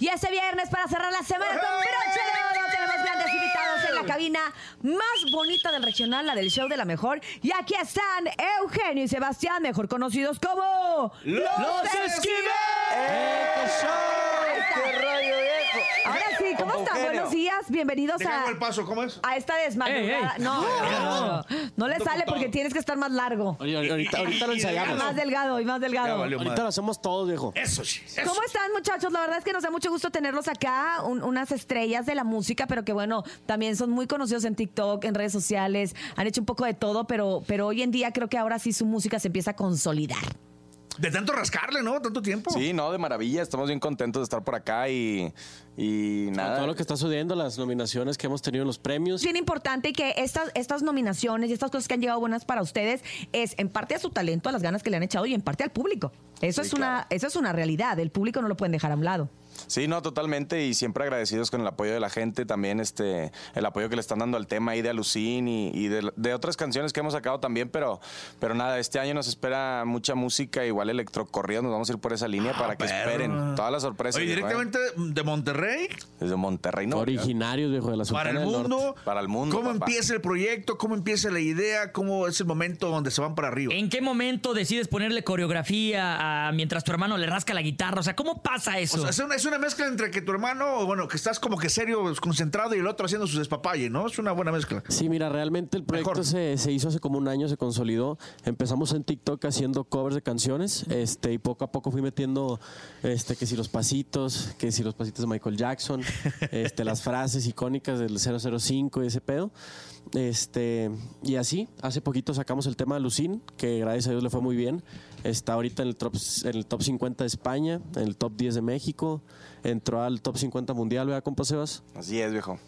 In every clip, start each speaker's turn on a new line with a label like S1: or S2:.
S1: Y este viernes, para cerrar la semana con broche de oro, tenemos grandes invitados en la cabina más bonita del regional, la del show de la mejor. Y aquí están Eugenio y Sebastián, mejor conocidos como...
S2: ¡Los Eh,
S1: ¡Qué
S3: rollo viejo!
S1: Ahora sí, ¿cómo
S3: Como
S1: están?
S3: Eugenio.
S1: Buenos días, bienvenidos
S2: Te
S1: a...
S2: hago el paso, ¿cómo es?
S1: A esta desmadrugada.
S4: Ey, ey.
S1: No, no, no, no le
S2: Ando
S1: sale
S2: con todo.
S1: porque tienes que estar más largo.
S4: Oye, ahorita, ahorita lo
S1: Y
S4: ensayamos.
S1: más delgado y más delgado.
S2: Ya valió
S4: Ahorita
S2: madre.
S4: lo hacemos todos, viejo.
S2: Eso sí. eso.
S1: ¿Cómo están muchachos? La verdad es que nos da mucho gusto tenerlos acá, un- unas estrellas de la música, pero que bueno, también son muy conocidos en TikTok, en redes sociales, han hecho un poco de todo, pero, pero hoy en día creo que ahora sí su música se empieza a consolidar.
S2: De tanto rascarle, ¿no? Tanto tiempo.
S5: Sí, no, de maravilla. Estamos bien contentos de estar por acá y, y
S4: Con
S5: nada.
S4: todo lo que está sucediendo, las nominaciones que hemos tenido en los premios.
S1: Es bien importante que estas, estas nominaciones y estas cosas que han llegado buenas para ustedes es en parte a su talento, a las ganas que le han echado y en parte al público. Eso,
S5: Sí,
S1: es, una,
S5: claro.
S1: eso es una realidad, el público no lo pueden dejar a un lado.
S5: Sí, no, totalmente. Y siempre agradecidos con el apoyo de la gente. También este, el apoyo que le están dando al tema ahí de Alucín y, y de, de otras canciones que hemos sacado también. Pero, pero nada, este año nos espera mucha música, igual electrocorrido. Nos vamos a ir por esa
S4: Ah,
S5: línea para que
S2: perro.
S5: esperen todas las sorpresas.
S2: Oye,
S5: viejo, ¿eh?
S2: directamente de Monterrey
S5: Desde Monterrey, ¿no?
S4: Originarios, viejo, de la
S2: para
S4: Sultana
S2: el
S4: del Norte.
S2: mundo.
S5: Para el mundo,
S2: ¿Cómo
S5: papá.
S2: empieza el proyecto? ¿Cómo empieza la idea? ¿Cómo es el momento donde se van para arriba?
S6: ¿En qué momento decides ponerle coreografía a- mientras tu hermano le rasca la guitarra? O sea, ¿cómo pasa
S2: O
S6: eso?
S2: sea, es una, es una mezcla entre que tu hermano, bueno, que estás como que serio, concentrado, y el otro haciendo sus despapalle, ¿no? Es una buena mezcla.
S4: Sí, mira, realmente el proyecto
S2: Mejor.
S4: se, se hizo hace como un año, se consolidó. Empezamos en TikTok haciendo covers de canciones este, y poco a poco fui metiendo este, que si los pasitos, que si los pasitos de Michael Jackson, este, las frases icónicas del 005 y ese pedo. Este, y así, hace poquito sacamos el tema de Lucín, que gracias a Dios le fue muy bien. Está ahorita en el, top, en el top 50 de España, en el top 10 de México, entró al top 50 mundial, ¿verdad, compa Sebas?
S5: Así es, viejo.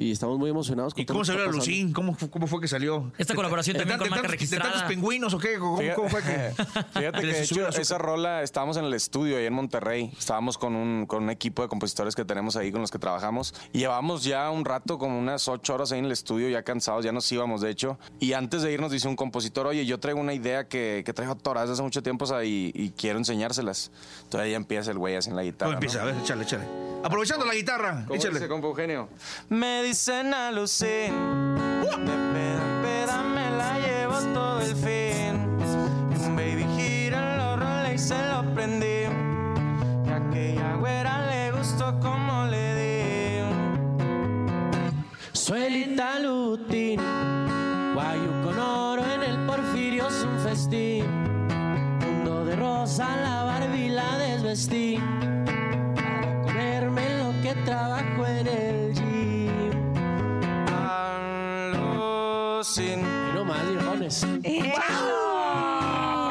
S4: Y estamos muy emocionados. con
S2: ¿Y
S4: todo
S2: cómo
S4: lo que
S2: salió la
S4: está pasando.
S2: Lucín? ¿Cómo, fu- ¿Cómo fue que salió?
S6: Esta colaboración
S2: ¿De tan-
S6: también con
S2: de
S6: marca
S2: tantos-
S6: registrada.
S2: ¿De tantos pingüinos o qué? ¿Cómo,
S5: Fíjate-
S2: cómo fue que...?
S5: Fíjate que
S2: Les
S5: de
S2: subió
S5: hecho,
S2: el azúcar.
S5: esa rola estábamos en el estudio ahí en Monterrey. Estábamos con un, con un equipo de compositores que tenemos ahí con los que trabajamos. Y llevamos ya un rato, como unas ocho horas ahí en el estudio, ya cansados, ya nos íbamos de hecho. Y antes de irnos dice un compositor, oye, yo traigo una idea que, que traigo atoradas hace mucho tiempo o sea, y, y quiero enseñárselas. Entonces ya empieza el güey así en la guitarra.
S2: ¿Cómo empieza? A ver, échale, échale. Aprovechando la guitarra,
S5: ¿no? ¿Cómo
S2: échale.
S5: dice, compa Eugenio? Me dicen "Ah, a Lucín, de peda en peda me la llevo todo el fin. Un baby gira en los Rolex se lo prendí. Y a aquella güera le gustó como le di.
S4: Suelita lutín, guayu con oro en el porfirio es un festín. Mundo de rosa, la Barbie la desvestí. Para comerme lo que trabajo en el gym.
S5: Alucín.
S4: Y no más, viejones.
S5: Eh.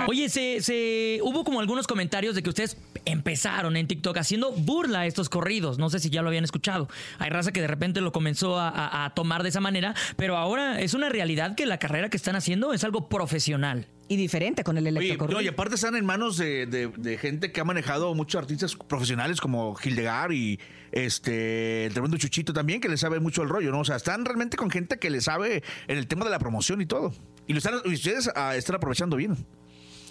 S6: Oye, se, se- hubo como algunos comentarios de que ustedes empezaron en TikTok haciendo burla a estos corridos. No sé si ya lo habían escuchado. Hay raza que de repente lo comenzó a, a- a tomar de esa manera, pero ahora es una realidad que la carrera que están haciendo es algo profesional.
S1: Y diferente con el
S2: Oye,
S1: electrocorrido.
S2: no, y aparte están en manos de, de- de gente que ha manejado muchos artistas profesionales como Gildegar y este el tremendo Chuchito también, que le sabe mucho el rollo, ¿no? O sea, están realmente con gente que le sabe en el tema de la promoción y todo. Y lo están, y ustedes ah, están aprovechando bien.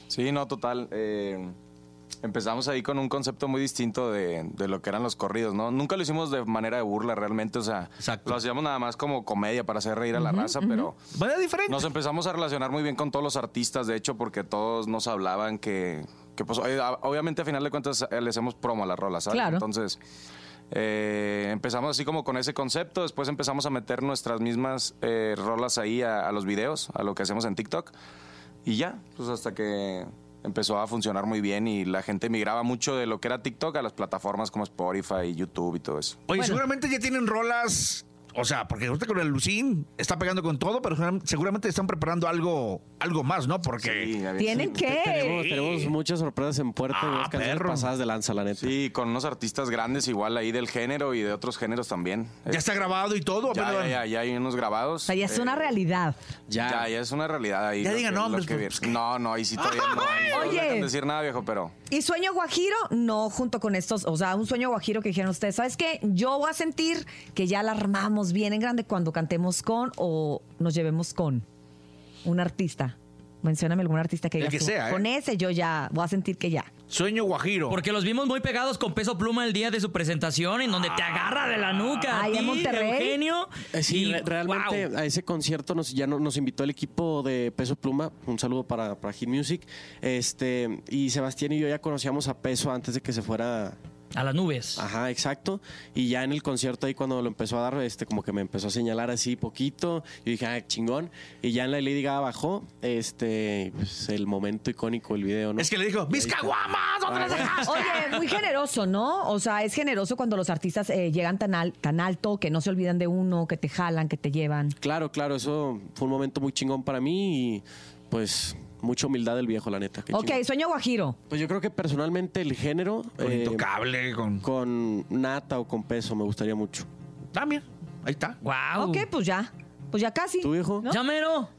S5: Sí, no, total. eh, empezamos ahí con un concepto muy distinto de, de lo que eran los corridos, ¿no? Nunca lo hicimos de manera de burla realmente, o sea,
S2: Exacto.
S5: lo hacíamos nada más como comedia para hacer reír a la raza, pero...
S2: Vaya diferente.
S5: Nos empezamos a relacionar muy bien con todos los artistas, de hecho, porque todos nos hablaban que, que, pues, oye, a- obviamente a final de cuentas eh, le hacemos promo a la rola, ¿sabes?
S1: Claro.
S5: Entonces, eh, empezamos así como con ese concepto, después empezamos a meter nuestras mismas eh, rolas ahí a, a los videos, a lo que hacemos en TikTok, y ya, pues hasta que empezó a funcionar muy bien y la gente migraba mucho de lo que era TikTok a las plataformas como Spotify y YouTube y todo eso.
S2: Oye,
S1: Bueno.
S2: seguramente ya tienen rolas. O sea, porque ahorita con el Lucín está pegando con todo, pero segura- seguramente están preparando algo, algo más, ¿no? Porque.
S5: Sí, ya ves.
S1: Tienen que...
S4: Tenemos, tenemos muchas sorpresas en puerta y
S2: Ah,
S4: unas canciones
S2: perro.
S4: pasadas de lanza, la neta.
S5: Sí, con unos artistas grandes igual ahí del género y de otros géneros también.
S2: Ya está grabado y todo.
S5: Ya,
S2: apenas
S5: ya,
S2: van-
S5: ya, ya hay unos grabados.
S1: O sea, ya es
S5: Eh,
S1: una realidad.
S5: Ya. ya, es una realidad ahí.
S2: Ya
S5: lo
S2: digan
S5: que- lo
S2: nombres,
S5: que
S2: pues,
S5: viene.
S2: pues, ¿qué?
S5: no, no, ahí sí todavía no. no nos
S1: Oye.
S5: dejan decir nada, viejo, pero.
S1: ¿Y sueño guajiro? No, junto con estos, o sea, un sueño guajiro que dijeron ustedes, ¿sabes qué? Yo voy a sentir que ya la armamos bien en grande cuando cantemos con o nos llevemos con un artista. Mencióname algún artista que
S2: El
S1: digas
S2: que
S1: tú,
S2: sea, ¿eh?
S1: Con ese yo ya voy a sentir que ya.
S2: Sueño Guajiro.
S6: Porque los vimos muy pegados con peso pluma el día de su presentación, en donde te agarra de la nuca.
S1: Ahí
S6: a
S1: en
S6: ti,
S1: Monterrey.
S6: Eugenio.
S4: Ah. Eh, Sí,
S6: Y,
S4: re- realmente
S6: wow.
S4: a ese concierto nos, ya no- nos invitó el equipo de Peso Pluma, un saludo para, para Hit Music, este, y Sebastián y yo ya conocíamos a Peso antes de que se fuera,
S6: A las nubes.
S4: ajá, exacto, y ya en el concierto ahí cuando lo empezó a dar, este, como que me empezó a señalar así poquito, y dije, ah, chingón, y ya en la Lady Gaga bajó, este, pues, el momento icónico del video, ¿no?
S2: Es que le dijo, ¡Mis caguamas! ¿Dónde las dejaste?
S1: Oye, muy generoso, ¿no? O sea, es generoso cuando los artistas eh, llegan tan, al- tan alto que no se olvidan de uno, que te jalan, que te llevan.
S4: Claro, claro, eso fue un momento muy chingón para mí y pues mucha humildad del viejo, la neta. qué
S1: ok,
S4: chingón.
S1: sueño guajiro.
S4: Pues yo creo que personalmente el género
S2: Con
S4: eh,
S2: intocable, con.
S4: con nata o con peso me gustaría mucho.
S2: También. Ah, Ahí está.
S6: Wow.
S1: Ok, pues ya. Pues ya casi.
S4: ¿Tú, viejo?
S1: ¿No?
S6: Ya mero.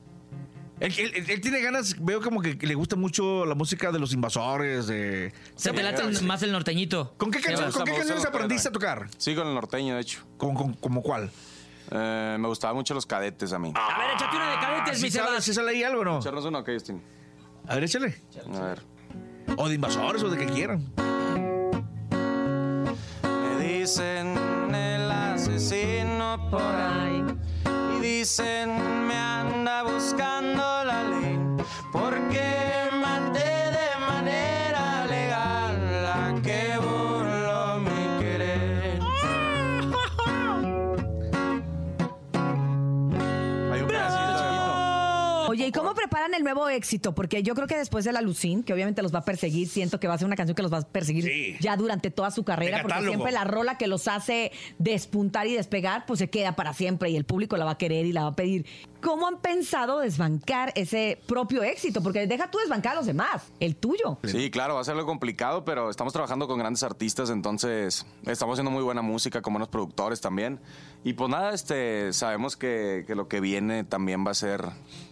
S2: Él, él- él- él tiene ganas, veo como que le gusta mucho la música de los invasores, de.
S6: Se te late
S2: Sí.
S6: más el norteñito.
S2: ¿Con qué,
S5: Me
S2: canción-
S5: gusta,
S2: con qué
S5: me gusta
S2: canciones
S5: los
S2: aprendiste a
S5: Paranoia.
S2: tocar?
S5: Sí, con el norteño, de hecho.
S2: ¿Con, con- como cuál?
S5: Eh, me gustaban mucho los cadetes a mí.
S6: A ver, échate una de cadetes, mi
S2: Ah, ¿Sí sabes-
S6: Sebas.
S2: sí sale ahí algo o no?
S5: Echarnos una, ok, Justin.
S2: A ver, échale.
S5: A ver.
S2: O de invasores o de que quieran.
S5: Me dicen el asesino por ahí. Y dicen me anda buscando la ley. Porque maté de manera legal la que burló mi querer. Hay un pedacito de-
S1: Oye, ¿y cómo preparan el nuevo éxito? Porque yo creo que después de la Lucín, que obviamente los va a perseguir, siento que va a ser una canción que los va a perseguir
S2: Sí.
S1: ya durante toda su carrera,
S2: De
S1: porque
S2: catálogo.
S1: siempre la rola que los hace despuntar y despegar, pues se queda para siempre y el público la va a querer y la va a pedir. ¿Cómo han pensado desbancar ese propio éxito? Porque deja tú desbancar a los demás, el tuyo.
S5: Sí, claro, va a ser algo complicado, pero estamos trabajando con grandes artistas, entonces estamos haciendo muy buena música, con buenos productores también. Y pues nada, este, sabemos que, que lo que viene también va a ser,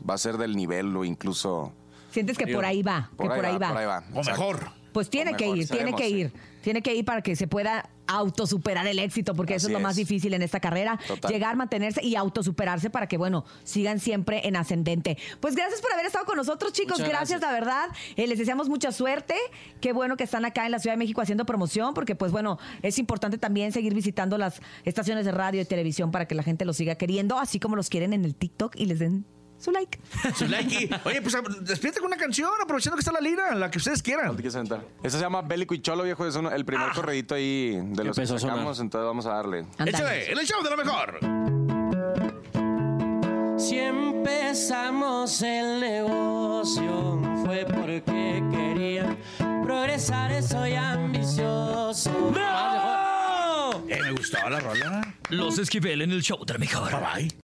S5: va a ser del nivel o incluso.
S1: Sientes que por ahí va, que por ahí va.
S5: Por ahí va.
S2: O
S5: exacto.
S2: mejor.
S1: Pues tiene
S5: O
S1: que
S5: mejor,
S1: ir, tiene
S5: sabemos,
S1: que
S5: sí.
S1: ir. Tiene que ir para que se pueda autosuperar el éxito, porque eso
S5: Así
S1: es lo más
S5: es.
S1: difícil en esta carrera.
S5: Total.
S1: Llegar, mantenerse y autosuperarse para que, bueno, sigan siempre en ascendente. Pues gracias por haber estado con nosotros, chicos.
S4: Muchas
S1: Gracias,
S4: gracias.
S1: la verdad. Eh, les deseamos mucha suerte. Qué bueno que están acá en la Ciudad de México haciendo promoción, porque, pues bueno, es importante también seguir visitando las estaciones de radio y televisión para que la gente los siga queriendo, así como los quieren en el TikTok y les den su like.
S2: Su like. Oye, pues despídete con una canción, aprovechando que está la lira, la que ustedes quieran.
S5: Te quieres sentar. Este se llama Bélico y Cholo, viejo. Es uno- el primer corredito ahí de los que
S4: Empezó a sonar.
S5: sacamos, entonces vamos a darle.
S1: Ándale.
S2: Échale, en el show de lo mejor.
S4: Si empezamos el negocio fue porque quería progresar, soy ambicioso.
S6: ¡Bravo!
S2: Eh, me gustó la rola.
S6: Los Esquivel en el show de la mejor.
S2: Bye bye.